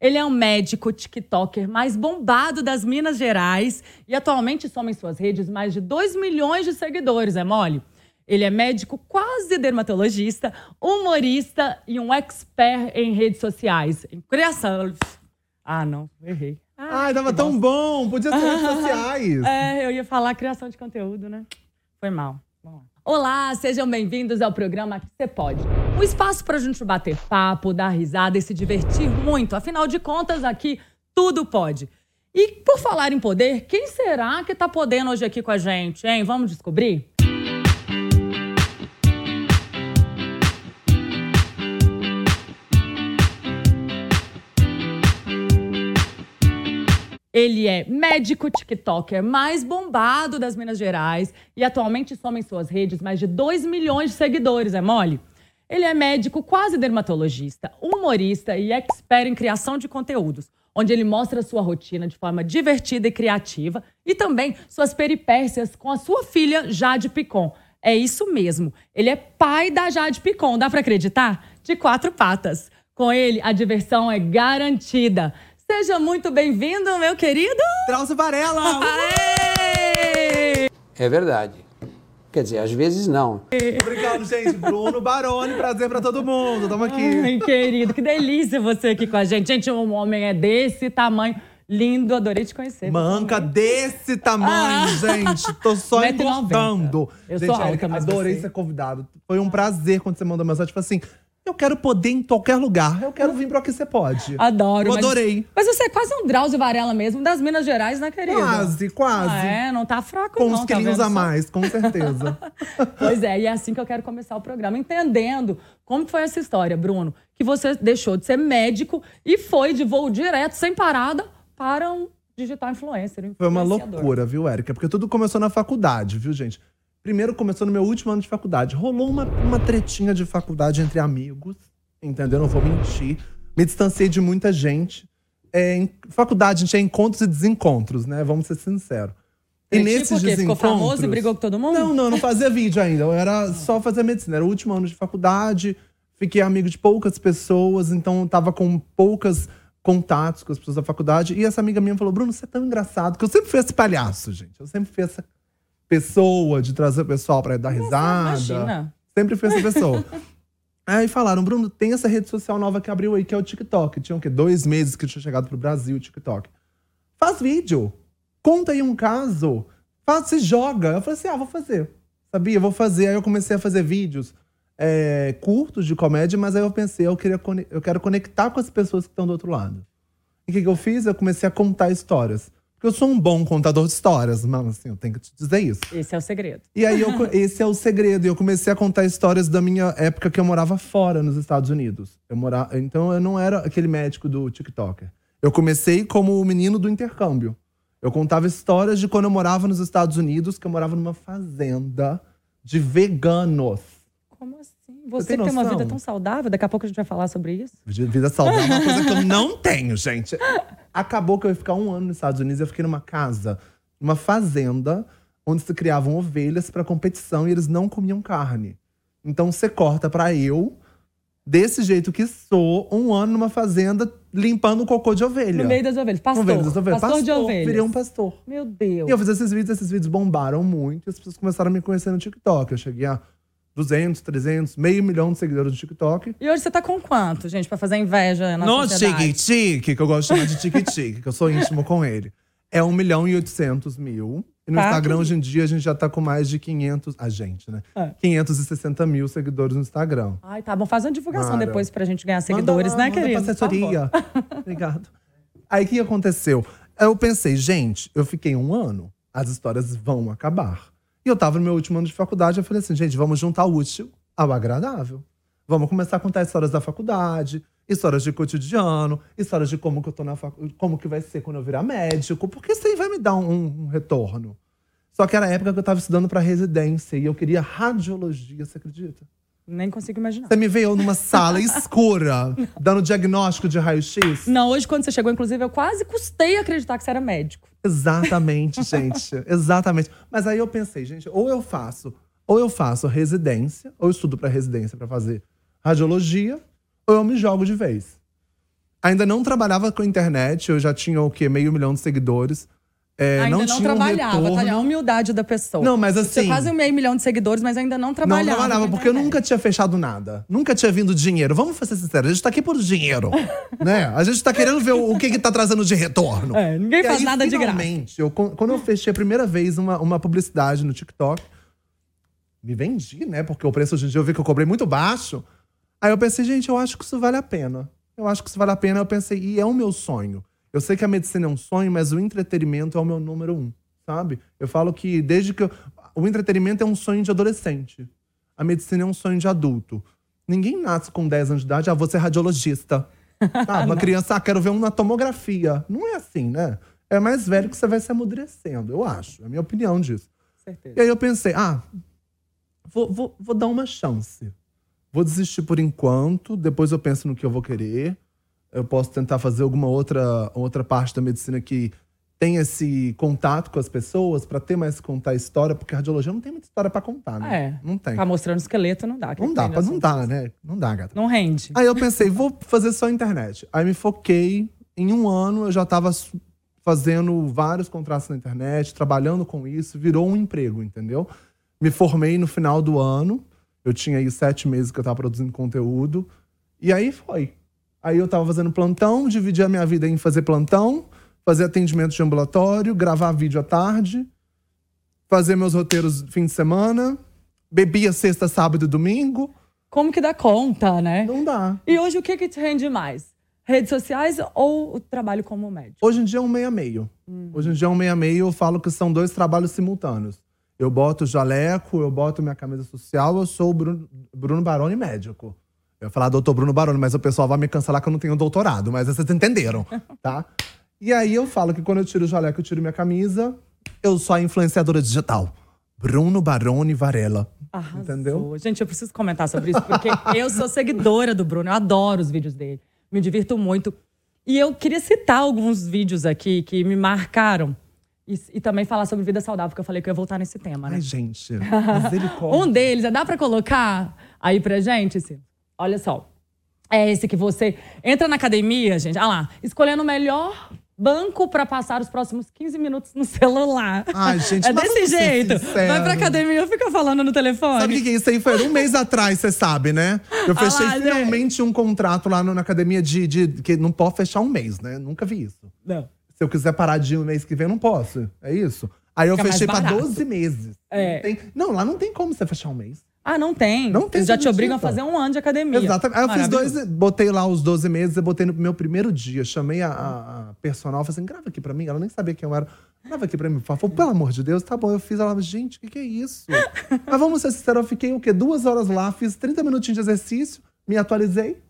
Ele é um médico TikToker mais bombado das Minas Gerais e atualmente soma em suas redes mais de 2 milhões de seguidores, é mole? Ele é médico quase dermatologista, humorista e um expert em redes sociais. Em criação. Ah, não, errei. Ai, tava tão bom. Podia ser redes sociais. É, eu ia falar criação de conteúdo, né? Foi mal. Vamos lá. Olá, sejam bem-vindos ao programa Que Você Pode. Um espaço para a gente bater papo, dar risada e se divertir muito. Afinal de contas, aqui tudo pode. E por falar em poder, quem será que tá podendo hoje aqui com a gente, hein? Vamos descobrir? Ele é médico TikToker mais bombado das Minas Gerais e atualmente soma em suas redes mais de 2 milhões de seguidores, é mole? Ele é médico quase dermatologista, humorista e expert em criação de conteúdos, onde ele mostra sua rotina de forma divertida e criativa e também suas peripécias com a sua filha Jade Picon. É isso mesmo, ele é pai da Jade Picon, dá pra acreditar? De quatro patas. Com ele, a diversão é garantida. Seja muito bem-vindo, meu querido! Drauzio Varela! Aê! É verdade. Quer dizer, às vezes não. Obrigado, gente. Bruno Baroni, prazer pra todo mundo. Tamo aqui. Ai, querido, que delícia você aqui com a gente. Gente, um homem é desse tamanho. Lindo, adorei te conhecer. Manca desse tamanho, gente. Tô só 1,90. encostando. Ah. Eu gente, sou Érica, alta, mas adorei você- ser convidado. Foi um prazer quando você mandou mensagem. Tipo assim, eu quero poder em qualquer lugar. Eu quero vir pro Aqui Você Pode. Adoro. Eu mas- adorei. Mas, você é quase um Drauzio Varela mesmo, das Minas Gerais, né, querido? Quase, quase. Ah, é, não tá fraco Com não, os tá quilinhos vendo a só? mais, com certeza. Pois é, e é assim que eu quero começar o programa, entendendo como que foi essa história, Bruno, que você deixou de ser médico e foi de voo direto, sem parada, para um digital influencer. um Foi uma influenciador. loucura, viu, Érica? Porque tudo começou na faculdade, viu, gente? Primeiro começou no meu último ano de faculdade. Rolou uma, uma tretinha de faculdade entre amigos, entendeu? Não vou mentir. Me distanciei de muita gente. É, em faculdade, a gente é encontros e desencontros, né? Vamos ser sinceros. E Tipo nesses o quê? Ficou desencontros. famoso e brigou com todo mundo? Não, não, eu não fazia vídeo ainda. Eu era só fazer medicina. Era o último ano de faculdade, fiquei amigo de poucas pessoas, então eu tava com poucas contatos com as pessoas da faculdade. E essa amiga minha falou: Bruno, você é tão engraçado, que eu sempre fui esse palhaço, gente. Eu sempre fui essa pessoa de trazer o pessoal pra dar risada. Imagina. Sempre fui essa pessoa. aí falaram, Bruno, tem essa rede social nova que abriu aí, que é o TikTok. Tinha o quê? Dois meses que tinha chegado pro Brasil o TikTok. Faz vídeo. Conta aí um caso. Faz, se joga. Eu falei assim, ah, vou fazer. Sabia? Vou fazer. Aí eu comecei a fazer vídeos é, curtos de comédia, mas aí eu pensei, eu, queria, cone- eu quero conectar com as pessoas que estão do outro lado. E o que, que eu fiz? Eu comecei a contar histórias. Porque eu sou um bom contador de histórias, mano, assim, eu tenho que te dizer isso. Esse é o segredo. E aí, eu co- esse é o segredo. E eu comecei a contar histórias da minha época que eu morava fora, nos Estados Unidos. Eu mora... Então, eu não era aquele médico do TikToker. Eu comecei como o menino do intercâmbio. Eu contava histórias de quando eu morava nos Estados Unidos, que eu morava numa fazenda de veganos. Como assim? Você tem que tem uma noção? vida tão saudável, daqui a pouco a gente vai falar sobre isso. De vida saudável é uma coisa que eu não tenho, gente. Acabou que eu ia ficar um ano nos Estados Unidos. Eu fiquei numa casa, numa fazenda, onde se criavam ovelhas pra competição e eles não comiam carne. Então você corta pra eu, desse jeito que sou, um ano numa fazenda limpando o cocô de ovelha. No meio das ovelhas. Com Pastor. ovelhas, das ovelhas. Pastor, de ovelhas. Virei um pastor. Meu Deus. E eu fiz esses vídeos, esses vídeos bombaram muito e as pessoas começaram a me conhecer no TikTok. Eu cheguei a 200, 300, meio milhão de seguidores no TikTok. E hoje você tá com quanto, gente, pra fazer inveja na No sociedade? tique-tique, que eu gosto de chamar de tique-tique, que eu sou íntimo com ele. É 1 milhão e 800 mil. E no Tá. Instagram, hoje em dia, a gente já tá com mais de 500... A gente, né? É. 560 mil seguidores no Instagram. Ai, tá bom. Faz uma divulgação Mara. depois pra gente ganhar seguidores, Manda lá, né, manda querido? Tá pra Por favor. assessoria. Obrigado. Aí, o que aconteceu? Eu pensei, gente, eu fiquei um ano, as histórias vão acabar. E eu tava no meu último ano de faculdade, eu falei assim, gente, vamos juntar o útil ao agradável. Vamos começar a contar histórias da faculdade, histórias de cotidiano, histórias de como que eu tô na facu... como que vai ser quando eu virar médico, porque isso aí vai me dar um- um retorno. Só que era a época que eu tava estudando pra residência e eu queria radiologia, você acredita? Nem consigo imaginar. Você me veio numa sala escura, dando diagnóstico de raio-x? Não, hoje quando você chegou, inclusive, eu quase custei a acreditar que você era médico. Exatamente, gente. Exatamente. Mas aí eu pensei, gente, ou eu faço, ou eu faço residência, ou eu estudo pra residência pra fazer radiologia, ou eu me jogo de vez. Ainda não trabalhava com a internet, eu já tinha o quê? Meio milhão de seguidores. É, ainda não, tinha um trabalhava, É tá? retorno. A humildade da pessoa. Não, mas Tinha assim. quase um meio milhão de seguidores, mas ainda não Não trabalhava. trabalhava, né? na porque eu internet. nunca tinha fechado nada. Nunca tinha vindo dinheiro. Vamos ser sinceros, a gente tá aqui por dinheiro, né? A gente tá querendo ver o o que que tá trazendo de retorno. É, ninguém E faz aí, nada de graça. finalmente, eu- quando eu fechei a primeira vez uma, uma publicidade no TikTok, me vendi, né? Porque o preço hoje em dia eu vi que eu cobrei muito baixo. Aí eu pensei, gente, eu acho que isso vale a pena. Eu acho que isso vale a pena. Eu pensei, e é o meu sonho. Eu sei que a medicina é um sonho, mas o entretenimento é o meu número um, sabe? Eu falo que desde que. Eu... O entretenimento é um sonho de adolescente. A medicina é um sonho de adulto. Ninguém nasce com 10 anos de idade, ah, vou ser radiologista. Sabe? Uma criança, ah, quero ver uma tomografia. Não é assim, né? É mais velho que você vai se amadurecendo, eu acho. É a minha opinião disso. E aí eu pensei, ah, vou, vou, vou dar uma chance. Vou desistir por enquanto, depois eu penso no que eu vou querer. Eu posso tentar fazer alguma outra, outra parte da medicina que tenha esse contato com as pessoas, pra ter mais que contar história, porque radiologia não tem muita história pra contar, né? É. Não tem. Tá mostrando esqueleto, não dá. Não dá, pra- não dá, né? Não dá, gata. assim. Não rende. Aí eu pensei, vou fazer só internet. Aí me foquei. Em um ano eu já tava su- fazendo vários contratos na internet, trabalhando com isso, virou um emprego, entendeu? Me formei no final do ano. Eu tinha aí sete meses que eu tava produzindo conteúdo. E aí foi. Aí eu tava fazendo plantão, dividi a minha vida em fazer plantão, fazer atendimento de ambulatório, gravar vídeo à tarde, fazer meus roteiros fim de semana, bebia sexta, sábado e domingo. Como que dá conta, né? Não dá. E hoje o que que te rende mais? Redes sociais ou o trabalho como médico? Hoje em dia é um meio a meio. Hoje em dia é um meio a meio, eu falo que são dois trabalhos simultâneos. Eu boto jaleco, eu boto minha camisa social, eu sou o Bruno, Bruno Baroni médico. Eu ia falar doutor Bruno Baroni, mas o pessoal vai me cancelar que eu não tenho doutorado, mas vocês entenderam, tá? E aí eu falo que quando eu tiro o jaleco, eu tiro minha camisa, eu sou a influenciadora digital. Bruno Baroni Varela. Arrasou. Entendeu? Gente, eu preciso comentar sobre isso, porque eu sou seguidora do Bruno, eu adoro os vídeos dele, me divirto muito. E eu queria citar alguns vídeos aqui que me marcaram e, e também falar sobre vida saudável, porque eu falei que eu ia voltar nesse tema, né? Ai, gente, misericórdia. Um deles, dá pra colocar aí pra gente, Ciro? Olha só. É esse que você entra na academia, gente. Olha lá, escolhendo o melhor banco pra passar os próximos 15 minutos no celular. Ai, gente, é mas desse vamos ser jeito. sinceros. Vai pra academia, fica falando no telefone. Sabe o que, que é isso aí? Foi um mês atrás, você sabe, né? Eu Ah lá, fechei né? finalmente um contrato lá no- na academia de, de- Que não pode fechar um mês, né? Nunca vi isso. Não. Se eu quiser parar de ir um mês que vem, eu não posso. É isso? Aí eu Fica mais fechei pra barato. 12 meses. É. Não, tem- não, lá não tem como você fechar um mês. Ah, não tem. Não tem Eles já te sentido. obrigam a fazer um ano de academia. Exatamente. Aí eu fiz Maravilhoso. dois, botei lá os 12 meses, eu botei no meu primeiro dia. Chamei a, a- a personal, falei assim: grava aqui pra mim. Ela nem sabia quem eu era. Grava aqui pra mim, por favor. Pelo amor de Deus, tá bom. Eu fiz ela, gente, o que, que é isso? Mas vamos ser sinceros, eu fiquei o quê? Duas horas lá, fiz 30 minutinhos de exercício, me atualizei.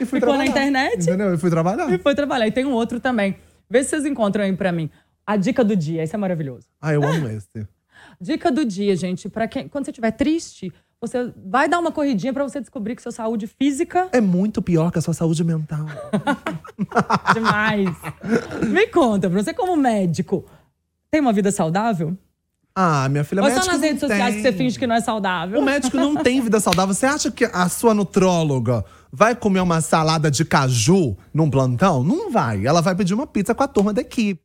e fui Ficou na internet? Entendeu? Eu fui trabalhar. E foi trabalhar. E tem um outro também. Vê se vocês encontram aí pra mim. A dica do dia, esse é maravilhoso. Ah, eu amo esse. Dica do dia, gente, para quem quando você estiver triste, você vai dar uma corridinha pra você descobrir que sua saúde física É muito pior que a sua saúde mental. é demais. Me conta, pra você como médico, tem uma vida saudável? Ah, minha filha, Ou médico só nas não redes sociais que você tem. finge que não é O saudável? médico não tem vida saudável. Você acha que a sua nutróloga vai comer uma salada de caju num plantão? Não vai. Ela vai pedir uma pizza com a turma da equipe.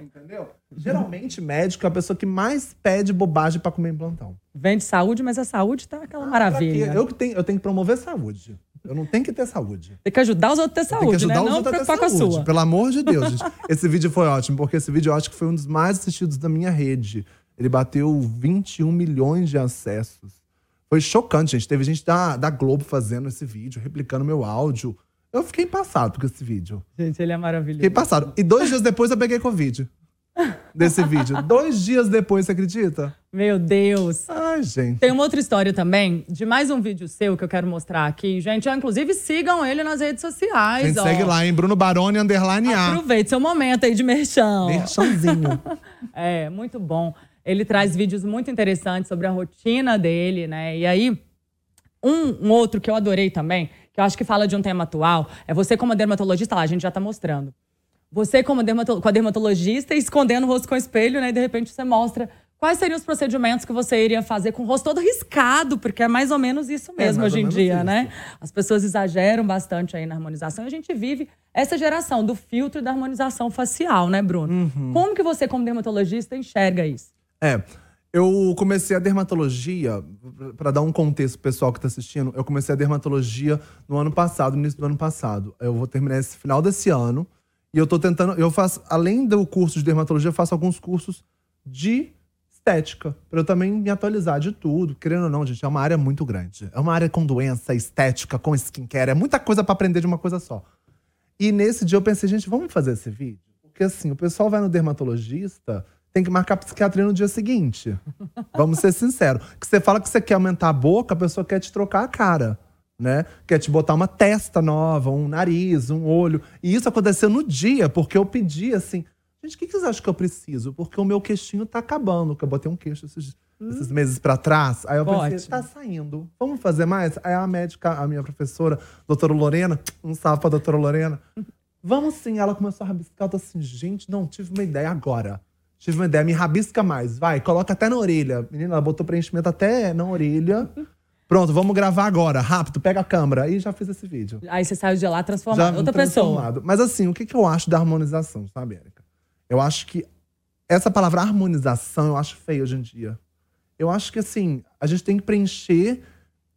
Entendeu? Geralmente, médico é a pessoa que mais pede bobagem pra comer em plantão. Vende saúde, mas a saúde tá aquela Ah, Pra quê? maravilha. Eu, que tenho, eu tenho que promover saúde. Eu não tenho que ter saúde. Tem que ajudar os outros a ter Tem que saúde, ajudar né? os Não outros a ter preocupar com a saúde. sua. Pelo amor de Deus, gente. Esse vídeo foi ótimo, porque esse vídeo eu acho que foi um dos mais assistidos da minha rede. Ele bateu 21 milhões de acessos. Foi chocante, gente. Teve gente da, da Globo fazendo esse vídeo, replicando meu áudio. Eu fiquei passado com esse vídeo. Gente, ele é Fiquei maravilhoso. passado. E dois dias depois eu peguei Covid. Desse vídeo. Dois dias depois, você acredita? Meu Deus. Ai, gente. Tem uma outra história também, de mais um vídeo seu que eu quero mostrar aqui. Gente, ah, inclusive sigam ele nas redes A sociais, gente ó. segue lá, hein? Bruno Baroni, underline A. Aproveite seu momento aí de merchan. Merchanzinho. É, muito bom. Ele traz vídeos muito interessantes sobre a rotina dele, né? E aí, um, um outro que eu adorei também, que eu acho que fala de um tema atual, é você como dermatologista, lá, a gente já tá mostrando. Você como dermato- com a dermatologista, escondendo o rosto com o espelho, né? E de repente você mostra Quais seriam os procedimentos que você iria fazer com o rosto todo riscado? Porque é mais ou menos isso mesmo mais hoje em ou menos dia, isso. né? As pessoas exageram bastante aí na harmonização. E a gente vive essa geração do filtro e da harmonização facial, né, Bruno? Uhum. Como que você, como dermatologista, enxerga isso? É. Eu comecei a dermatologia, para dar um contexto pro pessoal que tá assistindo, eu comecei a dermatologia no ano passado, no início do ano passado. Eu vou terminar esse final desse ano. E eu tô tentando. Eu faço, além do curso de dermatologia, eu faço alguns cursos de estética. Pra eu também me atualizar de tudo. Querendo ou não, gente, é uma área muito grande. É uma área com doença, estética, com skincare. É muita coisa pra aprender de uma coisa só. E nesse dia eu pensei, gente, vamos fazer esse vídeo? Porque assim, o pessoal vai no dermatologista, tem que marcar psiquiatria no dia seguinte. Vamos ser sinceros. Que você fala que você quer aumentar a boca, a pessoa quer te trocar a cara, né? Quer te botar uma testa nova, um nariz, um olho. E isso aconteceu no dia, porque eu pedi assim, gente, o que que vocês acham que eu preciso? Porque o meu queixinho tá acabando, que eu botei um queixo esses, esses meses pra trás. Aí eu pensei, Ótimo. tá saindo. Vamos fazer mais? Aí a médica, a minha professora, doutora Lorena, um salve pra doutora Lorena. Vamos sim. Ela começou a rabiscar. Eu tô assim, gente, não, tive uma ideia agora. Tive uma ideia, me rabisca mais. Vai, coloca até na orelha. Menina, ela botou preenchimento até na orelha. Pronto, vamos gravar agora, rápido, pega a câmera. E já fiz esse vídeo. Aí você saiu de lá transformado. Já Outra pessoa. transformado. Mas assim, o que, que eu acho da harmonização, sabe, Érica? Eu acho que essa palavra harmonização eu acho feia hoje em dia. Eu acho que assim, a gente tem que preencher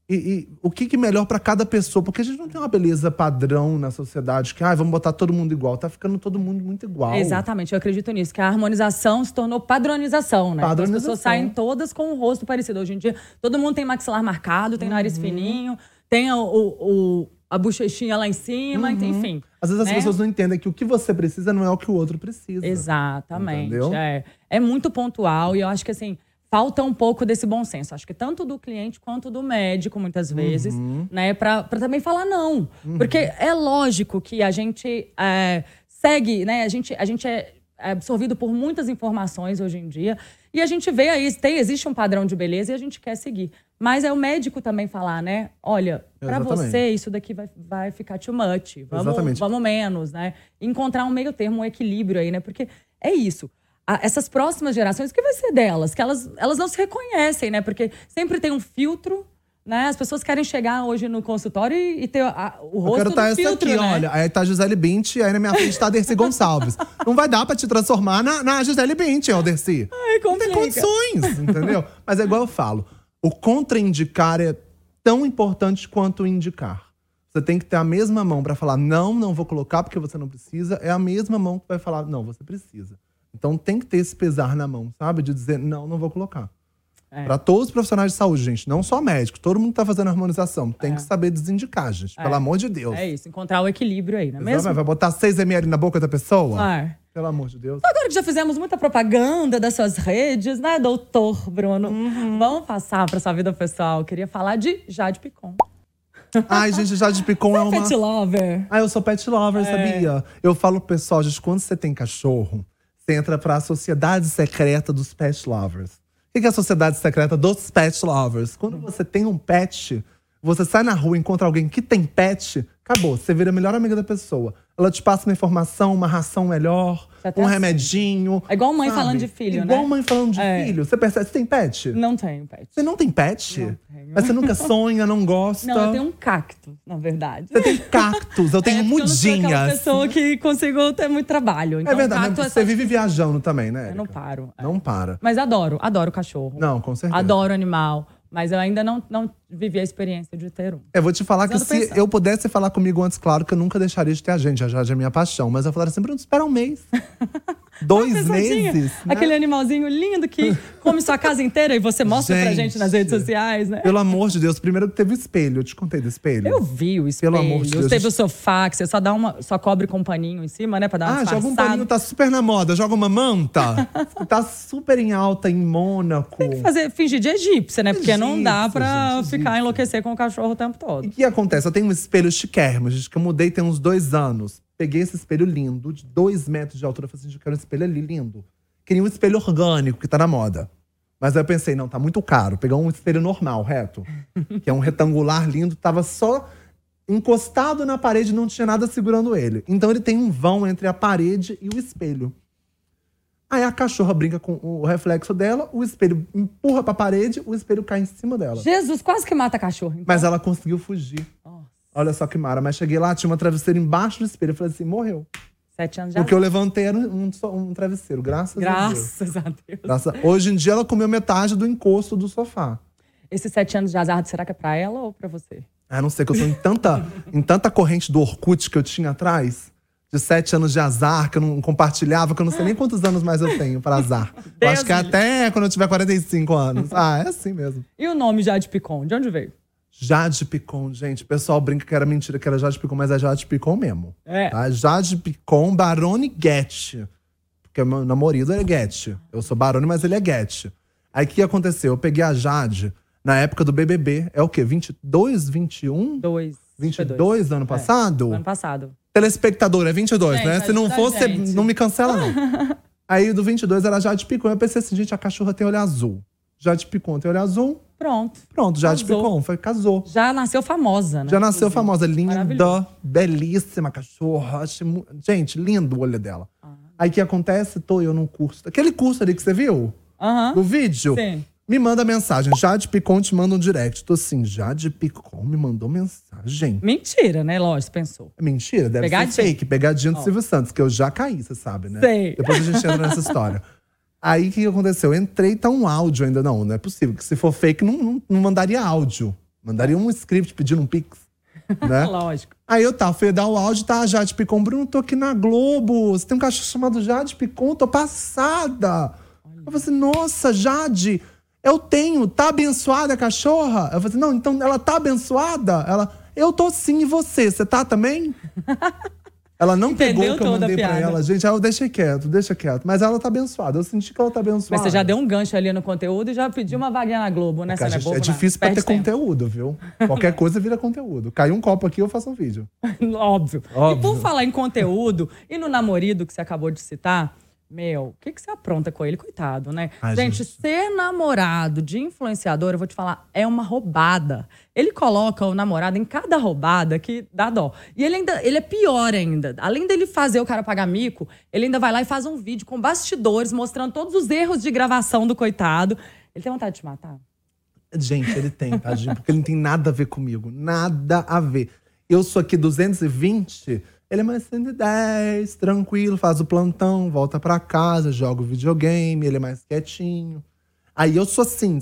e, e o que, que é melhor pra cada pessoa, porque a gente não tem uma beleza padrão na sociedade que, ah, vamos botar todo mundo igual. Tá ficando todo mundo muito igual. Exatamente, eu acredito nisso, que a harmonização se tornou padronização, né? Então As Padronização. pessoas saem todas com o rosto parecido. Hoje em dia, todo mundo tem maxilar marcado, tem nariz fininho, tem o, o- o- a bochechinha lá em cima, enfim. Às vezes as né? pessoas não entendem que o que você precisa não é o que o outro precisa. Exatamente. Entendeu? É. é muito pontual e eu acho que assim. Falta um pouco desse bom senso. Acho que tanto do cliente quanto do médico, muitas vezes, Uhum. né? Pra, pra também falar não. Porque é lógico que a gente é, segue, né? A gente, a gente é absorvido por muitas informações hoje em dia. E a gente vê aí, tem, existe um padrão de beleza e a gente quer seguir. Mas é o médico também falar, né? Olha, pra Exatamente. você É isso daqui vai, vai ficar too much. Vamos, Exatamente. vamos menos, né? Encontrar um meio termo, um equilíbrio aí, né? Porque é isso. A- essas próximas gerações, o que vai ser delas? Que elas, elas não se reconhecem, né? Porque sempre tem um filtro, né? As pessoas querem chegar hoje no consultório e, e ter a- o Eu rosto quero do tá essa filtro, aqui, né? olha. Aí tá Gisele Bint, aí na minha frente tá a Dercy Gonçalves. Não vai dar pra te transformar na, na Gisele Bint, ó, Dercy. Ai, Não tem complica. condições, entendeu? Mas é igual eu falo: o contraindicar é tão importante quanto o indicar. Você tem que ter a mesma mão pra falar, não, não vou colocar porque você não precisa. É a mesma mão que vai falar, não, você precisa. Então tem que ter esse pesar na mão, sabe? De dizer, não, não vou colocar. É. Pra todos os profissionais de saúde, gente, não só médico, todo mundo que tá fazendo harmonização. Tem que saber desindicar, gente, pelo amor de Deus. É isso, encontrar o equilíbrio aí, não é Mas mesmo? Vai botar 6 ml na boca da pessoa? Ah. Pelo amor de Deus. Agora que já fizemos muita propaganda das suas redes, né, doutor Bruno? Uhum. Vamos passar pra sua vida pessoal. Eu queria falar de Jade Picon. Ai, gente, Jade Picon é uma. Pet É. lover. Ah, eu sou pet lover, sabia? Eu falo pro pessoal, gente, quando você tem cachorro, você entra pra sociedade secreta dos pet lovers. O que que é a sociedade secreta dos pet lovers? Quando você tem um pet, você sai na rua e encontra alguém que tem pet, acabou. Você vira a melhor amiga da pessoa. Ela te passa uma informação, uma ração melhor, Já tá um assim. remedinho. É igual mãe sabe? falando de filho, né? Igual mãe falando de É. filho. Você percebe, você tem pet? Não tenho pet. Você não tem pet? Não tenho. Mas você nunca sonha, não gosta. Não, eu tenho um cacto, na verdade. Você tem cactos, eu tenho É, porque Eu não sou aquela mudinhas. pessoa que consigo ter muito trabalho. Então, é verdade, cacto mas é você só- vive viajando também, né? Eu não Érica? paro. é. Não para. Mas adoro, adoro cachorro. Não, com certeza. Adoro animal. Mas eu ainda não, não vivi a experiência de ter um. Eu É, vou te falar que Precisando se pensar. eu pudesse falar comigo antes, claro que eu nunca deixaria de ter a gente. A Jade é minha paixão. Mas eu falaria assim, Bruno, espera um mês. Dois Pensadinha, meses. né? Aquele animalzinho lindo que come sua casa inteira e você mostra pra Gente. gente nas redes sociais, né? Pelo amor de Deus, primeiro que teve espelho. Eu te contei do espelho. Eu vi o espelho. Pelo amor de Deus, Teve gente. o sofá, que você só, dá uma, só cobre com um paninho em cima, né? Pra dar uma Ah, joga um disfarçada. paninho, tá super na moda. Joga uma manta. tá super em alta em Mônaco. Tem que fazer, fingir de egípcia, né? Porque não dá Egípcio, pra gente, ficar egípcio. enlouquecer com o cachorro o tempo E todo. o que acontece? Eu tenho um espelho chiquérrimo, gente, que eu mudei tem uns dois anos. Peguei esse espelho lindo, de dois metros de altura. Eu falei assim, gente, eu quero um espelho ali, lindo. Queria um espelho orgânico, que tá na moda. Mas aí eu pensei, não, tá muito caro. Pegar um espelho normal, reto. Que é um retangular lindo, tava só encostado na parede, não tinha nada segurando ele. Então ele tem um vão entre a parede e o espelho. Aí a cachorra brinca com o reflexo dela, o espelho empurra pra parede, o espelho cai em cima dela. Jesus quase que mata cachorro. então. Mas ela conseguiu fugir. Nossa. Olha só que mara. Mas cheguei lá, tinha uma travesseira embaixo do espelho. Eu falei assim, morreu. Sete anos já. O que eu levantei era um, só- um travesseiro, graças, a Deus. Graças a Deus. Graças a- Hoje em dia ela comeu metade do encosto do sofá. Esses sete anos de azar, será que é pra ela ou pra você? A não ser que eu tô em tanta, em tanta corrente do Orkut que eu tinha atrás, de sete anos de azar, que eu não compartilhava, que eu não sei nem quantos anos mais eu tenho pra azar. Eu acho que é até quando eu tiver 45 anos. Ah, é assim mesmo. E o nome Jade Picon? De onde veio? Jade Picon, gente. O pessoal brinca que era mentira, que era Jade Picon, mas é Jade Picon mesmo. É. Tá? Jade Picon, Barone Guete. Porque meu namorado é Guete. Eu sou Barone, mas ele é Guete. Aí o que aconteceu? Eu peguei a Jade na época do BBB. É o quê? 22, 21? Dois. foi dois. 22 ano passado? Ano passado. Telespectador, é 22, É. Gente, né? Se não ajuda a for, você gente. não me cancela, não. Aí do 22 era Jade Picon. Eu pensei assim, gente, a cachorra tem olho azul. Jade Picon tem olho azul. Pronto. Pronto, Jade Casou. Picon. Foi, casou. Já nasceu famosa, né? Já nasceu famosa, linda, Maravilhoso. belíssima cachorra. Achei mu- Gente, lindo o olho dela. Ah. Aí o que acontece? Tô eu num curso. Aquele curso ali que você viu? Aham. No vídeo? Ah, Sim. Me manda mensagem. Jade Picon te manda um direct. Tô assim, Jade Picon me mandou mensagem. Mentira, né? Lógico, pensou. É Mentira, deve ser Pegadinha. fake. Pegadinha do Silvio Santos, que eu já caí, você sabe, né? Sei. Depois a gente entra nessa história. Aí o que aconteceu? Eu entrei, tá um áudio ainda. Não, não é possível. Que se for fake, não, não, não mandaria áudio. Mandaria um script pedindo um pix, né? Lógico. Aí eu tá, fui dar o áudio, tá, Jade Picon. Bruno, tô aqui na Globo. Você tem um cachorro chamado Jade Picon, tô passada. Eu falei assim, nossa, Jade, eu tenho, tá abençoada a cachorra? Eu falei assim, não, então ela tá abençoada? Ela, eu tô sim, e você? Você tá também? Ela não Entendeu pegou o que eu toda a mandei pra piada. ela. Gente, aí eu deixei quieto, deixa quieto. Mas ela tá abençoada, eu senti que ela tá abençoada. Mas você já deu um gancho ali no conteúdo e já pediu uma vaguinha na Globo, né? Porque a Você não é gente- bobo, é não. difícil pra ter Perde tempo. conteúdo, viu? Qualquer coisa vira conteúdo. Caiu um copo aqui, eu faço um vídeo. Óbvio. Óbvio. E por falar em conteúdo e no namorado que você acabou de citar, meu, o que, que você apronta com ele? Coitado, né? Ai, gente, gente. ser namorado de influenciador, eu vou te falar, é uma roubada. Ele coloca o namorado em cada roubada que dá dó. E ele ainda, ele é pior ainda. Além dele fazer o cara pagar mico, ele ainda vai lá e faz um vídeo com bastidores mostrando todos os erros de gravação do coitado. Ele tem vontade de te matar? Gente, ele tem, tadinho, porque ele não tem nada a ver comigo. Nada a ver. Eu sou aqui 220, ele é mais 110, tranquilo, faz o plantão, volta pra casa, joga o videogame, ele é mais quietinho. Aí eu sou assim,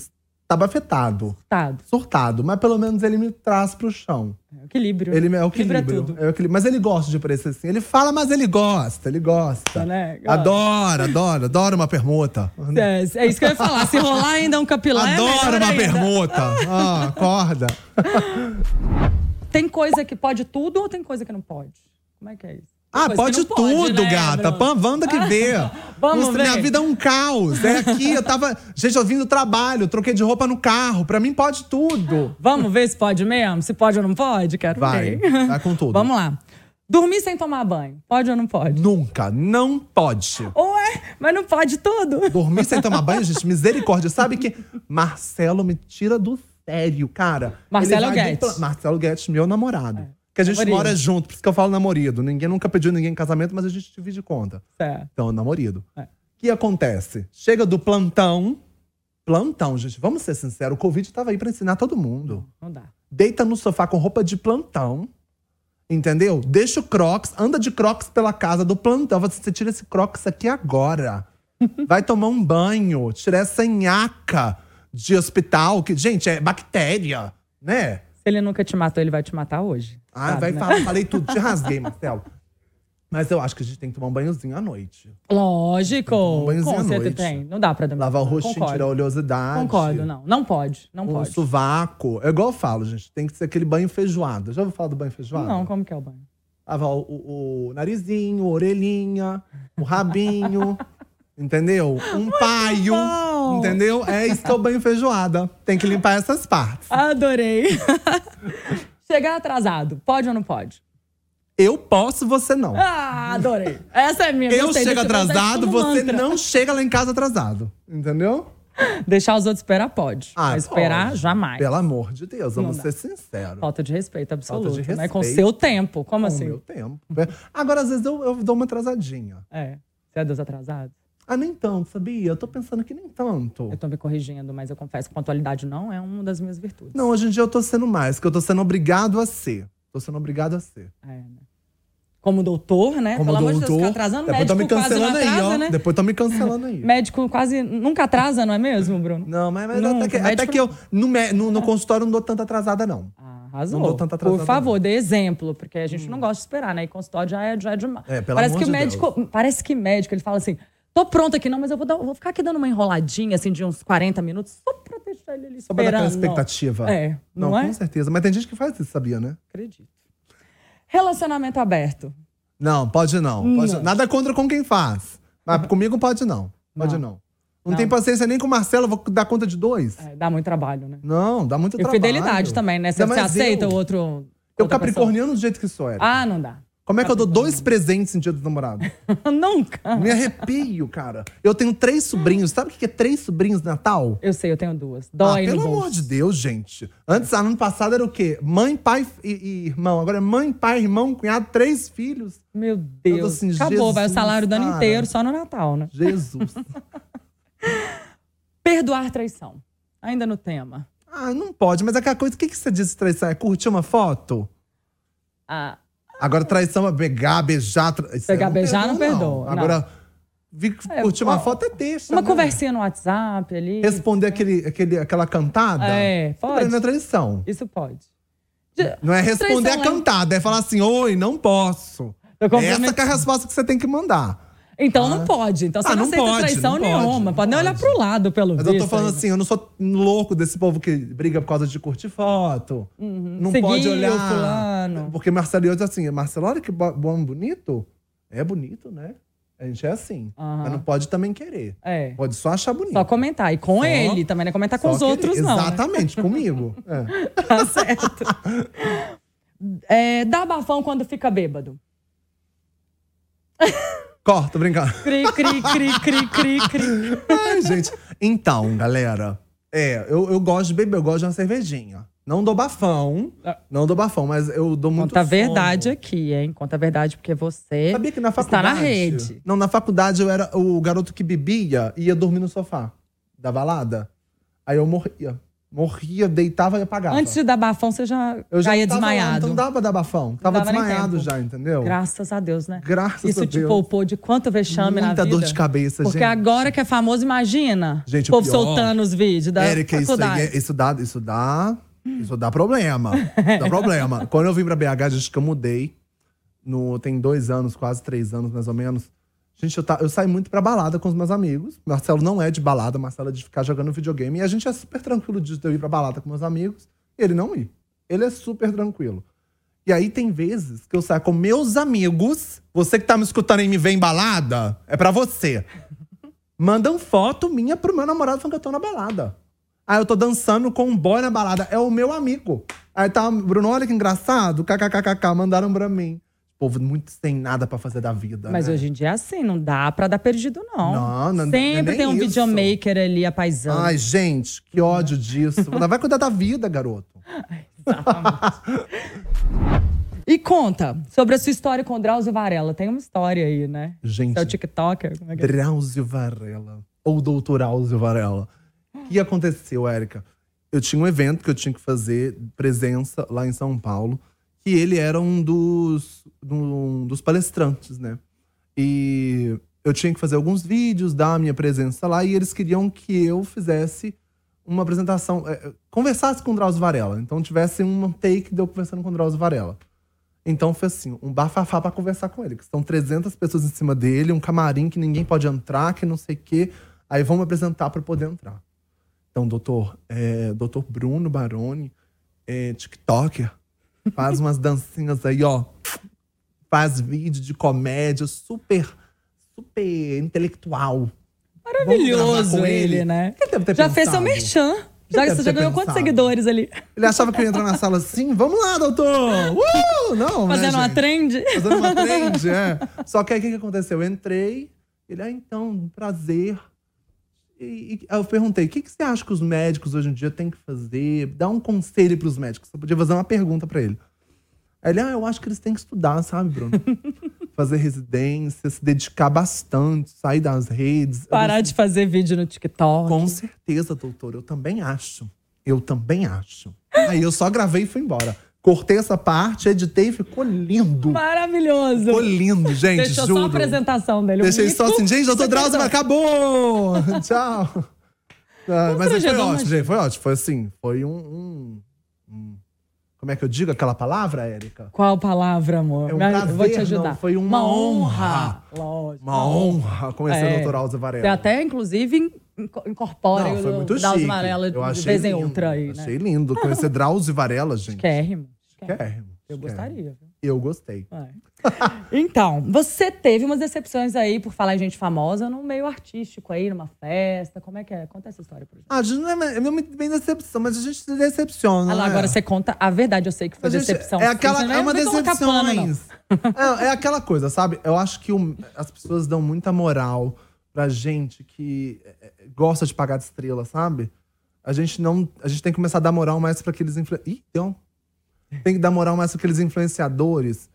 tabafetado, Coitado. surtado, mas pelo menos ele me traz pro chão. Tá, É equilíbrio. Ele é o Equilíbrio é equilíbrio. tudo. É o equilíbrio. Mas ele gosta de parecer assim. Ele fala, mas ele gosta, ele gosta. Né? Gosta. Adora, adora, adora uma permuta. É, é isso que eu ia falar. Se rolar ainda um capilar. é Adora melhor Né? uma ainda. permuta. Ah, acorda. Tem coisa que pode tudo ou tem coisa que não pode? Como é que é isso? Tem Ah, coisa pode que não pode, tudo, né, gata. Bruno? Ah, Pã, vanda que vê. Vamos Nossa, minha ver. vida é um caos. É aqui, eu tava. Gente, eu vim do trabalho, troquei de roupa no carro. Pra mim pode tudo. Vamos ver se pode mesmo? Se pode ou não pode? Quero Vai, ver. vai com tudo. Vamos lá. Dormir sem tomar banho. Pode ou não pode? Nunca, não pode. Ué, é, mas não pode tudo. Dormir sem tomar banho, gente, misericórdia. Sabe que Marcelo me tira do sério, cara. Marcelo Ele vai do Guedes. É. pla- Marcelo Guedes, meu namorado. Que a gente Namorido. mora junto, por isso que eu falo namorado. Ninguém nunca pediu ninguém em casamento, mas a gente divide conta. É. Então, namorado. O que acontece? Chega do plantão. Plantão, gente. Vamos ser sinceros. O Covid tava aí pra ensinar todo mundo. Não dá. Deita no sofá com roupa de plantão. Entendeu? Deixa o Crocs, anda de Crocs pela casa do plantão. Fala assim, Você tira esse Crocs aqui agora. Vai tomar um banho, tira essa nhaca de hospital, que, gente, é bactéria, né? Se ele nunca te matou, ele vai te matar hoje. Ah, Sabe, vai né? falar, falei tudo, te rasguei, Marcelo. Mas eu acho que a gente tem que tomar um banhozinho à noite. Lógico. Um banhozinho à Com certeza noite. tem. Não dá pra dormir. Lavar o Não, rostinho, Concordo. tirar a oleosidade. Concordo, não. Não pode. Não Um pode. sovaco. É igual eu falo, gente. Tem que ser aquele banho feijoado. Já ouviu falar do banho feijoado? Não, como que é o banho? Lavar o, o- o narizinho, a orelhinha, o rabinho. entendeu? Um paio. bom! Entendeu? É isso que é o banho feijoada. Tem que limpar essas partes. Adorei. Chegar atrasado, pode ou não pode? Eu posso, você não. Ah, adorei. Essa é minha. Eu gostei, chego deixa eu usar isso atrasado, como você mantra. não chega lá em casa atrasado. Entendeu? Deixar os outros esperar, pode. Ah, Mas esperar, pode. jamais. Pelo amor de Deus, vamos dá. ser sinceros. Falta de respeito absoluto, Falta de né? Com respeito. seu tempo. Como Com o né? assim? meu tempo. Agora, às vezes, eu, eu dou uma atrasadinha. É. Você é Deus atrasado? Ah, nem tanto, sabia? Eu tô pensando que nem tanto. Eu tô me corrigindo, mas eu confesso que pontualidade não é uma das minhas virtudes. Não, hoje em dia eu tô sendo mais, que eu tô sendo obrigado a ser. Tô sendo obrigado a ser. É, né? Como doutor, né? Como Pelo amor de Deus, doutor, fica atrasando. depois médico tá me cancelando quase não atrasa, aí, ó. né? Depois tá me cancelando aí. Médico quase nunca atrasa, não é mesmo, Bruno? Não, mas, mas Não, até, que, médico- até que eu. No, mé- no, no consultório eu não dou tanta atrasada, não. Ah, Arrasou. Não dou tanta atrasada, Por favor, dê exemplo, porque a gente não gosta de esperar, né? E consultório já é, já é demais. É, pelo parece amor que o de médico, Parece que médico, ele fala assim, tô pronto aqui, não, mas eu vou, dar- vou ficar aqui dando uma enroladinha, assim, de uns 40 minutos, só pra deixar ele ali Só pra dar aquela esperando. expectativa. É, não, é? com certeza. Mas tem gente que faz isso, sabia, né? Acredito. Relacionamento aberto. Não, pode não. pode Não. não. Nada contra com quem faz. Mas comigo pode não. Pode Não. não. Não, Não. tem paciência nem com o Marcelo, eu vou dar conta de dois. É, dá muito trabalho, né? Não, dá muito E trabalho. fidelidade também, né? Você, Ainda você mais eu. aceita o outro. Eu outra capricorniano do jeito que sou, Eric. pessoa? Ah, não dá. Como é que eu dou dois presentes em dia dos namorados? Nunca. Me arrepio, cara. Eu tenho três sobrinhos. Sabe o que que é três sobrinhos no Natal? Eu sei, eu tenho duas. Ah, Dói no pelo bolso. amor de Deus, gente. Antes, ano passado era o quê? Mãe, pai e, e irmão. Agora é mãe, pai, irmão, cunhado, três filhos. Meu Deus. assim, Acabou, vai o Jesus, salário do ano cara. inteiro, só no Natal, né? Jesus. Perdoar traição. Ainda no tema. ah, não pode, mas é aquela coisa, o que, que você diz de traição? É curtir uma foto? Ah, Agora, traição é pegar, beijar. Tra... isso aí Pegar, eu beijar, não perdoo, perdoa, não. Agora, vi- É, curtir uma uma- foto é texto. uma conversinha no WhatsApp ali. Responder aquele, aquele, aquela cantada. É, Isso pra mim pode. Não é traição. Isso pode. Não é responder Traição a é- cantada, é falar assim, oi, não posso. Eu Essa cumprimento- que é a resposta que você tem que mandar. Então não pode. Então você Ah, não, não aceita pode, traição não pode, nenhuma. não Pode nem olhar pode. pro lado, pelo Mas visto. eu tô falando ainda. assim, eu não sou louco desse povo que briga por causa de curtir foto. Não Uhum. Seguir pode o olhar. fulano. Porque Marcelo e eu diz assim, Marcelo, olha que bo- bom bonito. É bonito, né? A gente é assim. Aham. Mas não pode também querer. É. Pode só achar bonito. Só comentar. E com Só- ele também, não é comentar com Só os querer. outros, não. né? Exatamente, comigo. É. Tá certo. É, dá bafão quando fica bêbado. Corta, brincando. Cri, cri, cri, cri, cri, cri. Ai, gente. Então, galera. É, eu, eu gosto de beber, eu gosto de uma cervejinha. Não dou bafão. Ah. Não dou bafão, mas eu dou muito Conta a verdade sono. aqui, hein? Conta a verdade, porque você. Sabia que na Está faculdade. na rede. Não, na faculdade eu era o garoto que bebia e ia dormir no sofá da balada. Aí eu morria. Morria, deitava e apagava. Antes de dar bafão, você já eu já caía tava lá, então desmaiado. Não dava dar bafão. Tava dava nem desmaiado tempo. já, entendeu? Graças a Deus, né? Graças Isso a te Deus. poupou de quanto vexame na Muita vida. dor de cabeça, Porque gente. agora que é famoso, imagina. Gente, o povo o pior- soltando os vídeos da Érica, isso faculdade. aí, é- isso dá, isso dá, isso dá problema. dá problema. Quando eu vim pra BH, gente, que eu mudei, no, tem dois anos, quase três anos, mais ou menos. Gente, eu, tá, eu saí muito pra balada com os meus amigos. Marcelo não é de balada, Marcelo é de ficar jogando videogame. E a gente é super tranquilo de eu ir pra balada com meus amigos e ele não ir. Ele é super tranquilo. E aí tem vezes que eu saio com meus amigos. Você que tá me escutando e me vê em balada, é pra você. Mandam foto minha pro meu namorado falando que eu tô na balada. Aí eu tô dançando com um boy na balada. É o meu amigo. Aí tá, Bruno, olha que engraçado. KKKKK, mandaram pra mim. Povo muito sem nada pra fazer da vida. Mas né? hoje em dia é assim, não dá pra dar perdido, não. Não, não- é Sempre nem tem um isso. videomaker ali apaisando. Ai, gente, que ódio disso. Vai cuidar da vida, garoto. E conta sobre a sua história com o Drauzio Varela. Tem uma história aí, né? Você é o Gente, TikToker? Como é que é? Drauzio Varela. Ou Doutor Áuzio Varela. O que aconteceu, Érica? Eu tinha um evento que eu tinha que fazer presença lá em São Paulo. E ele era um dos, um dos palestrantes, né? E eu tinha que fazer alguns vídeos, dar a minha presença lá. E eles queriam que eu fizesse uma apresentação. eh, eh, Conversasse com o Drauzio Varela. Então tivesse um take de eu conversando com o Drauzio Varela. Então foi assim, um bafafá pra conversar com ele. Que são 300 pessoas em cima dele, um camarim que ninguém pode entrar, que não sei o quê. Aí vão me apresentar pra eu poder entrar. Então, doutor, é, doutor Bruno Baroni, é, tiktoker, faz umas dancinhas aí, ó. Faz vídeo de comédia super, super intelectual. Vamos Maravilhoso gravar com ele, ele? né? Ele deve ter já fez seu pensado. merchan. Já, deve você ter já ganhou quantos pensado. seguidores ali? Ele achava que eu ia entrar na sala assim, vamos lá, doutor! Uh! Não, né, Fazendo uma gente? trend? Fazendo uma trend, é. Só que aí o que que aconteceu? Eu entrei, ele, ah, então, um prazer. E, e- aí eu perguntei, o que, que você acha que os médicos hoje em dia têm que fazer? Dá um conselho pros médicos. Eu podia fazer uma pergunta pra ele. Aí ele, ah, eu acho que eles têm que estudar, sabe, Bruno? fazer residência, se dedicar bastante, sair das redes. Parar de fazer vídeo no TikTok. Com certeza, doutor, eu também acho. Eu também acho. Aí eu só gravei e fui embora. Cortei essa parte, editei e ficou lindo. Maravilhoso. Ficou lindo, gente, Deixou juro. só a apresentação dele. O Deixei Mico só assim, gente, doutor você um- Drauzio, mas acabou! Tchau! Ah, mas aí foi Constrangedor, ótimo, mas- gente, foi ótimo. Foi assim, foi um, um- um- Como é que eu digo aquela palavra, Érica? Qual palavra, amor? É um Me aj- prazer, Vou te ajudar. não, foi uma honra. Lógico. Uma honra conhecer É. o doutor Alza Varela. Você até, inclusive, in- inco- incorpora Não, foi o muito Drauzio chique. Varela eu de achei vez em lindo, outra aí, né? Achei lindo. Conhecer Drauzio Varela, gente. Quérrimo. Quérrimo. Quérrimo, Eu quérrimo. gostaria. viu? Eu gostei. Vai. Então, você teve umas decepções aí por falar em gente famosa no meio artístico aí, numa festa. Como é que é? Conta essa história pra gente. Ah, a gente não é, não é muito bem decepção, mas a gente se decepciona. Ah, lá, né? agora você conta a verdade, eu sei que A foi gente- decepção. né? É aquela, Você não é uma nem colocar decepção. pano, não. É, é aquela coisa, sabe? Eu acho que o- as pessoas dão muita moral pra gente que é, é, gosta de pagar de estrela, sabe? A gente não, a gente tem que começar a dar moral mais pra aqueles influ... Ih, então. Tem que dar moral mais pra aqueles influenciadores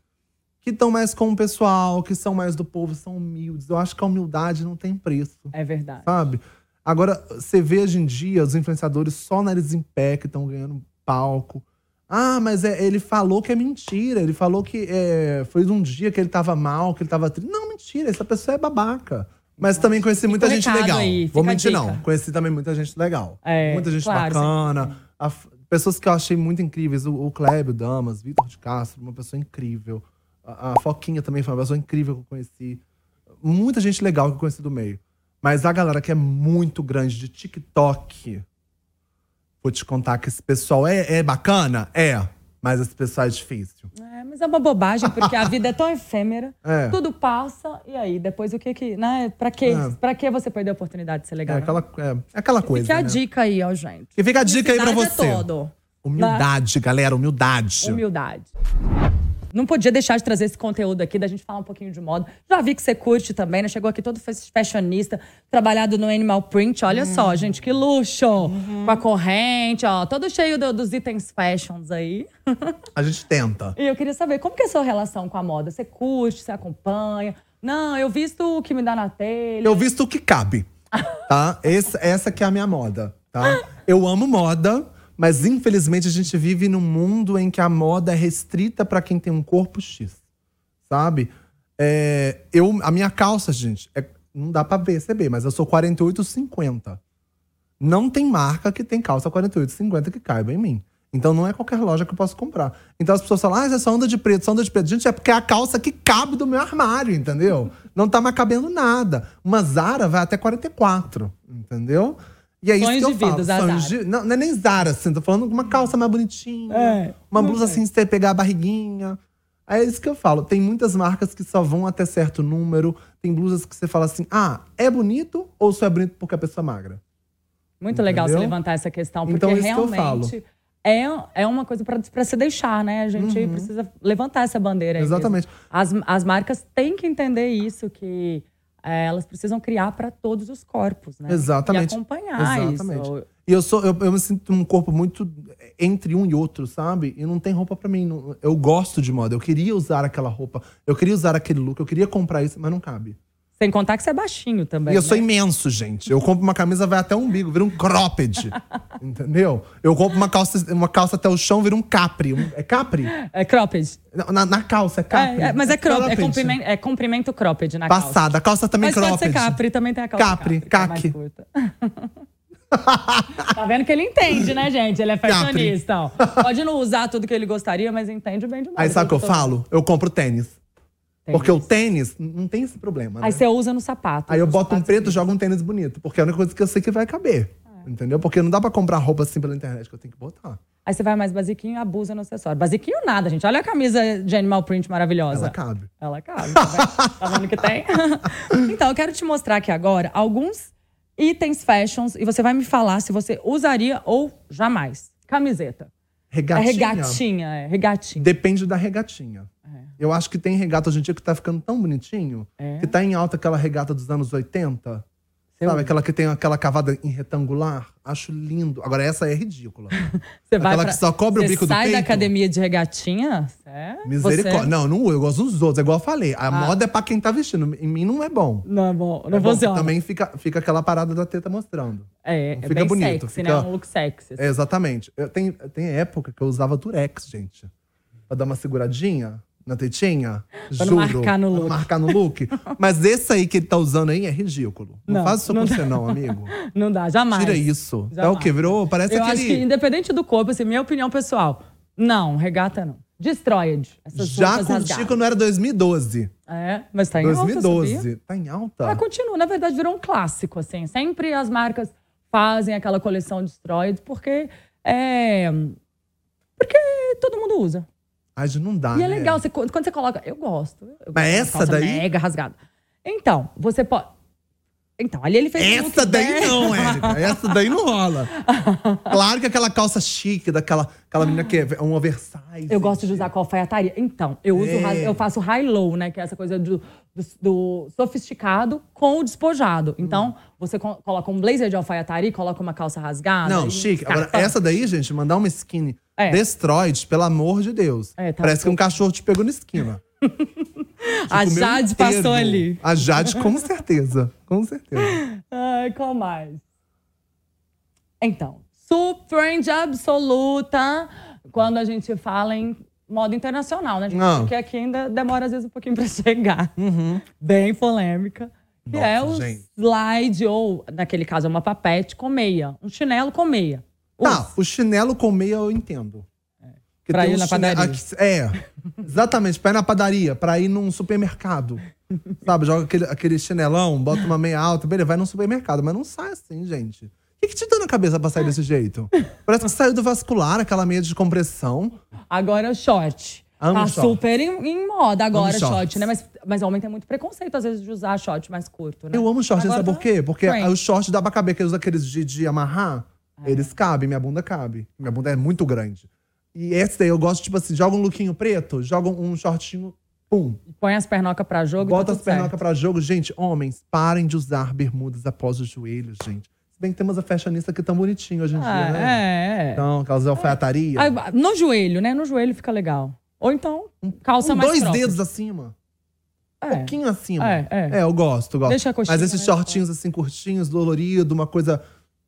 que estão mais com o pessoal, que são mais do povo, são humildes. Eu acho que a humildade não tem preço É verdade. sabe? Agora, você vê hoje em dia os influenciadores só nariz em pé que estão ganhando palco. Ah, mas é- ele falou que é mentira. Ele falou que é, foi um dia que ele tava mal, que ele tava triste. Não, mentira, essa pessoa é babaca. Mas também conheci muita o gente recado legal. aí, Vou fica a mentir, dica. não. Conheci também muita gente legal. É, muita gente claro, bacana. A f- pessoas que eu achei muito incríveis. O, o Clébio Damas, Vitor de Castro, uma pessoa incrível. A, a Foquinha também foi uma pessoa incrível que eu conheci. Muita gente legal que eu conheci do meio. Mas a galera que é muito grande de TikTok, vou te contar que esse pessoal é, é bacana? É. Mas esse pessoal é difícil. É, mas é uma bobagem, porque a vida é tão efêmera. É. Tudo passa, e aí, depois o que que... Né? Pra, que É. pra que você perder a oportunidade de ser É legal? né? aquela, é, é aquela coisa. Fica a né? dica aí, ó, gente. E fica a dica aí pra Humildade você. É todo. Humildade, galera, humildade. Humildade. Não podia deixar de trazer esse conteúdo aqui, da gente falar um pouquinho de moda. Já vi que você curte também, né? Chegou aqui todo fas- fashionista, trabalhado no Animal Print. Olha Uhum. só, gente, que luxo! Com a corrente, ó, todo cheio do- dos itens fashions aí. A gente tenta. E eu queria saber, como que é a sua relação com a moda? Você curte, você acompanha? Não, eu visto o que me dá na telha. Eu visto o que cabe, tá? Esse- essa que é a minha moda, tá? Eu amo moda, mas infelizmente a gente vive num mundo em que a moda é restrita pra quem tem um corpo X, sabe? É, eu, a minha calça, gente, é- não dá pra perceber, mas eu sou 48,50. Não tem marca que tem calça 48,50 que caiba em mim. Então não é qualquer loja que eu posso comprar. Então as pessoas falam, ah, você só anda de preto, só anda de preto. Gente, é porque é a calça que cabe do meu armário, entendeu? Não tá mais cabendo nada. Uma Zara vai até 44, entendeu? E é isso Sonhos que eu de falo. vidas, a Sonhos Zara. de- Não, não é nem Zara, assim, tô falando uma calça mais bonitinha. É, uma blusa assim, você pegar a barriguinha. É isso que eu falo. Tem muitas marcas que só vão até certo número. Tem blusas que você fala assim, ah, é bonito ou só é bonito porque a pessoa é magra? Muito legal você Entendeu? levantar essa questão, porque Então, isso que eu realmente é, é uma coisa para se deixar, né? A gente precisa levantar essa bandeira aí. mesmo. Uhum. Exatamente. As, as marcas têm que entender isso, que é, elas precisam criar para todos os corpos, né? Exatamente. E acompanhar Exatamente. isso. E eu sou, eu, eu me sinto um corpo muito entre um e outro, sabe? E não tem roupa pra mim. não- Eu gosto de moda. Eu queria usar aquela roupa, eu queria usar aquele look, eu queria comprar isso, mas não cabe. Sem contar que você é baixinho também. E eu sou né? imenso, gente. Eu compro uma camisa, vai até o umbigo, vira um cropped. entendeu? Eu compro uma calça, uma calça até o chão, vira um capri. Um- É capri? É cropped. Na- Na, na calça, é capri. É, é, mas é, crop, é, cropped. comprimento, é comprimento cropped na calça. Passada. A calça também Mas pode cropped. ser capri, também tem a calça Capri, que é mais caqui. curta. tá vendo que ele entende, né, gente? Ele é fashionista. ó. Pode não usar tudo que ele gostaria, mas entende bem demais. Aí sabe o que eu falo? Eu compro tênis. Tênis. Porque o tênis n- não tem esse problema, né? Aí você usa no sapato. Aí eu No boto um sapato. preto e jogo um tênis bonito. Porque é a única coisa que eu sei que vai caber. É. Entendeu? Porque não dá pra comprar roupa assim pela internet, que eu tenho que botar. Aí você vai mais basiquinho e abusa no acessório. Basiquinho nada, gente. Olha a camisa de animal print maravilhosa. Ela cabe. Ela cabe. Tá vendo? Tá vendo que tem? então, eu quero te mostrar aqui agora alguns itens fashions e você vai me falar se você usaria ou jamais. Camiseta. Regatinha. É regatinha, é. Regatinha. Depende da regatinha. Eu acho que tem regata hoje em dia que tá ficando tão bonitinho. É. É. Que tá em alta aquela regata dos anos 80. Sabe aquela que tem aquela cavada em retangular? Acho lindo. Agora, essa é ridícula. Você vai Aquela pra- que só cobre o você bico do sai da peito? academia de regatinha? É? Misericórdia. Você- Ah. Não, não, eu gosto dos outros. É igual eu falei. A moda é pra quem tá vestindo. Em mim não é bom. Não, bom, não É vou bom, dizer, ó, Também fica, fica aquela parada da teta mostrando. É, não é fica bem bonito, sexy, né? fica- Um look sexy. É, exatamente. Eu, tem, tem época que eu usava Durex, gente. Pra dar uma seguradinha na tetinha. Pra não juro. marcar no pra look. Não marcar no look. Mas esse aí que ele tá usando aí é ridículo. Não, Não, faz isso não com dá. você, não, amigo. Não dá, jamais. É. Tira isso. É Jamais. o quê? Virou? Parece Eu acho aquele. que, independente do corpo, assim, minha opinião pessoal, não, regata não. Destroyed. Essas Já roupas com o rasgadas. Chico não era 2012. É, mas tá em alta, 2012. sabia? tá em alta. Ah, continua. Na verdade, virou um clássico, assim. Sempre as marcas fazem aquela coleção Destroyed porque é... Porque todo mundo usa. Ai, gente, não dá. e é né? legal, você, quando você coloca... Eu gosto. eu gosto Mas de uma essa calça daí? mega rasgada. Então, você pode... Então, ali ele fez um Essa look daí bem- não, Érica. Essa daí não rola. Claro que aquela calça chique, daquela aquela menina que é um oversize. Eu gosto de usar com alfaiataria. Então, eu uso, É. ra- eu faço high-low, né? Que é essa coisa do, do- do sofisticado com o despojado. Então, Hum. você co- coloca um blazer de alfaiataria, e coloca uma calça rasgada. Não, e- chique. Agora, Tá, tá. essa daí, gente, mandar uma skinny É. destroyed, pelo amor de Deus. É, tá Parece que bom. um cachorro te pegou na esquina. A Comeu Jade inteiro. passou ali. A Jade, com certeza. Com certeza. Ai, qual mais? Então, surpresa absoluta quando a gente fala em moda internacional, né? gente? Não. Uhum. Porque aqui ainda demora às vezes um pouquinho pra chegar. Bem polêmica. Que é o Nossa, gente. slide, ou naquele caso, é uma papete com meia. Um chinelo com meia. Tá, o chinelo com meia eu entendo. Que É. Pra ir uns na chine- padaria. aqui- é, exatamente, pra ir na padaria, pra ir num supermercado. Sabe, joga aquele, aquele chinelão, bota uma meia alta, beleza, vai num supermercado, mas não sai assim, gente. O que, que te dá na cabeça pra sair desse jeito? Parece que saiu do vascular, aquela meia de compressão. Agora é o short. Amo tá short. super em, em moda agora, Amo short, shorts. né? Mas, mas homem tem muito preconceito, às vezes, de usar short mais curto, né? Eu amo short, Agora sabe tá por quê? Porque trend. Ah. o short dá pra caber, que eles usam aqueles de, de amarrar. Eles cabem, minha bunda cabe. Minha bunda é muito grande. E esse daí eu gosto, tipo assim, joga um lookinho preto, joga um shortinho, pum. Põe as pernocas pra jogo e Bota tá as tudo certo. pernocas pra jogo. Gente, homens, parem de usar bermudas após os joelhos, gente. Se bem que temos a fashionista que tão bonitinho hoje em dia, Ah, né? é, é. Então, aquelas alfaiatarias. Aí, no joelho, né? No joelho fica legal. Ou então, calça Com mais dois cropped. dedos acima. Um É. pouquinho acima. É, é. eu gosto, gosto. Deixa a coxinha né? Mas esses mais shortinhos assim, curtinhos, dolorido, uma coisa.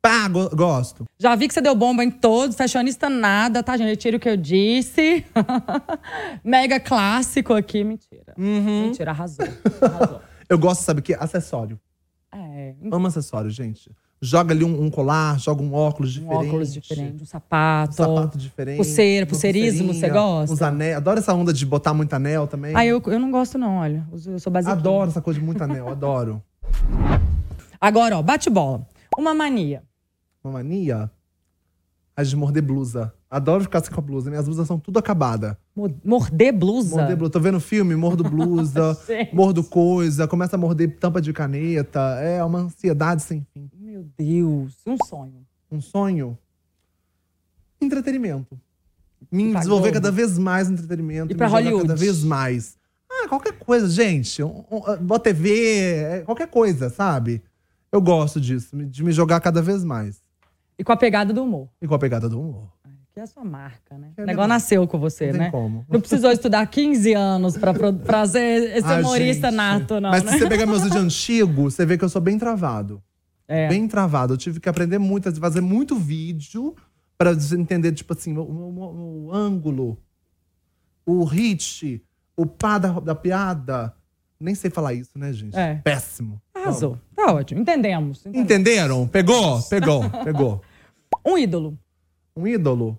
Pá, go- gosto. Já vi que você deu bomba em todos. Fashionista nada, tá, gente? Retiro o que eu disse. Mega clássico aqui. Mentira. Uhum. Mentira, arrasou. Arrasou. Eu gosto, sabe o quê? Acessório. É, Amo acessório, gente. Joga ali um, um colar, joga um óculos um diferente. óculos diferente, um sapato. Um sapato diferente. Pulseira, uma pulseirismo, pulseirinha, você gosta? Uns anéis. Adoro essa onda de botar muito anel também. Ah, eu, eu não gosto não, olha. Eu sou- Eu sou basiquinha. Adoro essa coisa de muito anel, adoro. Agora, ó, bate bola. Uma mania. Uma mania. As de morder blusa. Adoro ficar assim com a blusa. Minhas blusas são tudo acabada. Mo- Morder blusa. Morder blusa. Tô vendo filme, mordo blusa, Gente. mordo coisa, começa a morder tampa de caneta. É uma ansiedade sem fim. Meu Deus, um sonho. Um sonho. Entretenimento. Me pra desenvolver Globo. cada vez mais no entretenimento. E me pra jogar Hollywood. Cada vez mais. Ah, qualquer coisa, gente. Um, um, ah, boa TV, é, qualquer coisa, sabe? Eu gosto disso, de me jogar cada vez mais. E com a pegada do humor. E com a pegada do humor. Que é a sua marca, né? É o verdade. negócio nasceu com você, Não tem né? como. Não precisou estudar 15 anos pra, pro- pra ser esse Ah, humorista gente. nato, não, Mas né? se você pegar meus vídeos antigos, você vê que eu sou bem travado. É. Bem travado. Eu tive que aprender muito, fazer muito vídeo pra entender, tipo assim, o, o- o- o ângulo, o hit, o pá da, da piada. Nem sei falar isso, né, gente? É. Péssimo. Arrasou. Tá ótimo. Entendemos. Bom, entendemos. Entenderam? Pegou? Pegou, pegou. Um ídolo. Um ídolo?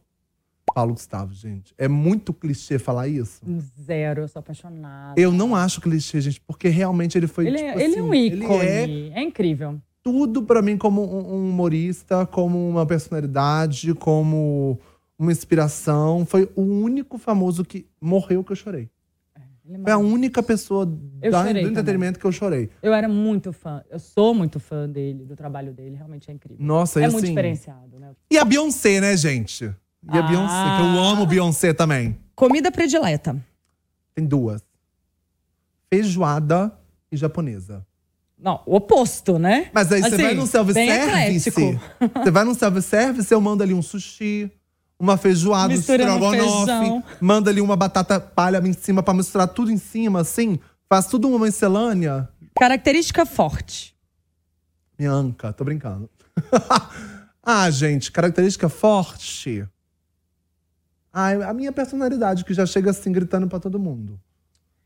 Paulo Gustavo, gente. É muito clichê falar isso. Zero. Eu sou apaixonada. Eu não acho clichê, gente, porque realmente ele foi. Ele, tipo é, ele é um assim, ele ícone. é é incrível. tudo pra mim como um, um humorista, como uma personalidade, como uma inspiração. Foi o único famoso que morreu que eu chorei. Ele é Foi a maravilhoso. única pessoa Eu da- chorei do entretenimento que eu chorei. Eu era muito fã. Eu sou muito fã dele, do trabalho dele. Realmente é incrível. Nossa, é eu, muito assim... diferenciado, né? E a Beyoncé, né, gente? E a Ah. Beyoncé, que eu amo Beyoncé também. Comida predileta. Tem duas. Feijoada e japonesa. Não, o oposto, né? Mas aí você Assim, vai num bem self-service. eclético. Você vai num self-service, eu mando ali um sushi, uma feijoada, um Mistura no estrogonofe. feijão. Manda ali uma batata palha em cima pra misturar tudo em cima, assim. Faz tudo uma miscelânea. Característica forte. Minha anca, tô brincando. ah, gente, característica forte. Ah, a minha personalidade, que já chega assim, gritando pra todo mundo.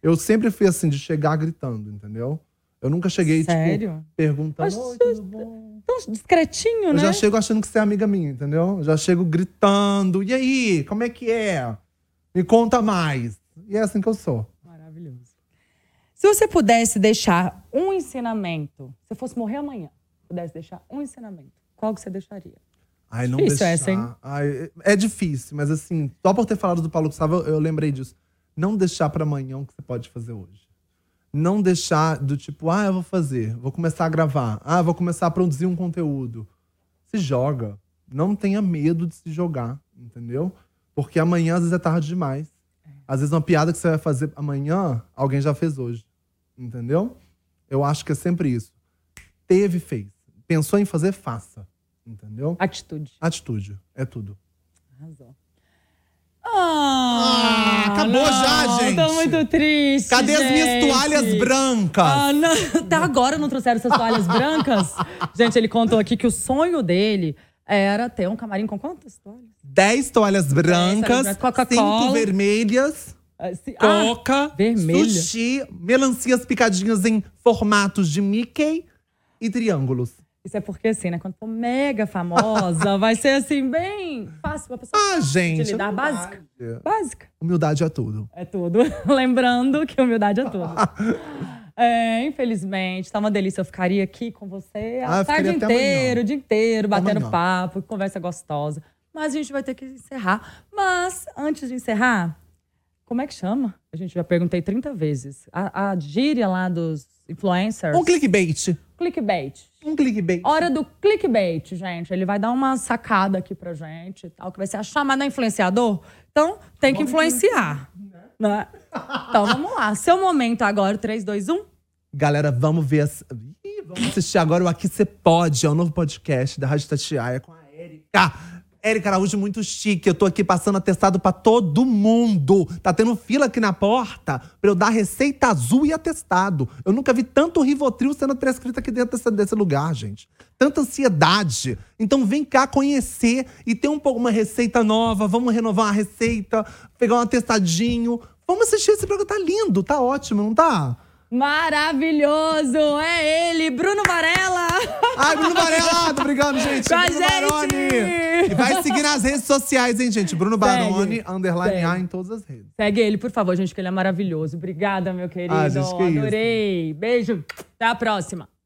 Eu sempre fui assim, de chegar gritando, entendeu? Eu nununca cheguei, tipo, Sério? perguntando. Mas "Oi, você- tudo bom?" Tão discretinho, Eu né? já chego achando que você é amiga minha, entendeu? Eu já chego gritando. E aí, como é que é? Me conta mais. E é assim que eu sou. Maravilhoso. Se você pudesse deixar um ensinamento, se fosse morrer amanhã, pudesse deixar um ensinamento, qual que você deixaria? Ai, não Difícil deixar. essa, hein? Ai, é difícil, mas assim, só por ter falado do Paulo Gustavo, eu, eu lembrei disso. Não deixar pra amanhã o que você pode fazer hoje. Não deixar do tipo, ah, eu vou fazer, vou começar a gravar, ah, vou começar a produzir um conteúdo. Se joga. Não tenha medo de se jogar, entendeu? Porque amanhã às vezes é tarde demais. Às vezes uma piada que você vai fazer amanhã, alguém já fez hoje. Entendeu? Eu acho que é sempre isso. Teve, fez. Pensou em fazer, faça. Entendeu? Atitude. Atitude, é tudo. Arrasou. Ah, Ah, acabou já, gente. Tô muito triste. Cadê as minhas gente? toalhas brancas? Ah, não. Até agora não trouxeram essas toalhas brancas? Gente, ele contou aqui que o sonho dele era ter um camarim com quantas toalhas? Dez toalhas brancas, brancas, Coca-Cola. cinco vermelhas, Ah, se- ah, coca, vermelha. sushi, melancias picadinhas em formatos de Mickey e triângulos. Isso é porque, assim, né? Quando for mega famosa, vai ser assim, bem fácil pra pessoa. Ah, gente. De lidar humildade. Básica. Humildade é tudo. É tudo. Lembrando que humildade é tudo. É, infelizmente, tá uma delícia. Eu ficaria aqui com você a Ah, tarde eu ficaria até amanhã. inteira, o dia inteiro, batendo amanhã. papo, conversa gostosa. Mas a gente vai ter que encerrar. Mas, antes de encerrar, como é que chama? A gente já perguntei 30 vezes. A, a gíria lá dos influencers. Um clickbait. clickbait. Um clickbait. Hora do clickbait, gente. Ele vai dar uma sacada aqui pra gente e tal, que vai ser a chamada influenciador. Então, tem que influenciar. Né? Então, vamos lá. Seu momento agora, um. 3, 2, 1. Galera, vamos ver. As... Ih, vamos assistir agora o Aqui Você Pode, é o novo podcast da Rádio Tatiaia com a Érica. Érica Araújo, muito chique. Eu tô aqui passando atestado pra todo mundo. Tá tendo fila aqui na porta pra eu dar receita azul e atestado. Eu nunca vi tanto Rivotril sendo prescrito aqui dentro dessa- desse lugar, gente. Tanta ansiedade. Então vem cá conhecer e ter um pouco uma receita nova. Vamos renovar a receita, pegar um atestadinho. Vamos assistir esse programa. Tá lindo, tá ótimo, não tá? Maravilhoso! É ele, Bruno Varela! Ai, Bruno Varela, tô brincando, gente. Com a Bruno gente! Baroni. E vai seguir nas redes sociais, hein, gente? Bruno Baroni, Segue. underline Segue. A em todas as redes. Segue ele, por favor, gente, que ele é maravilhoso. Obrigada, meu querido. Ah, gente, que isso. Adorei. Beijo. Até a próxima.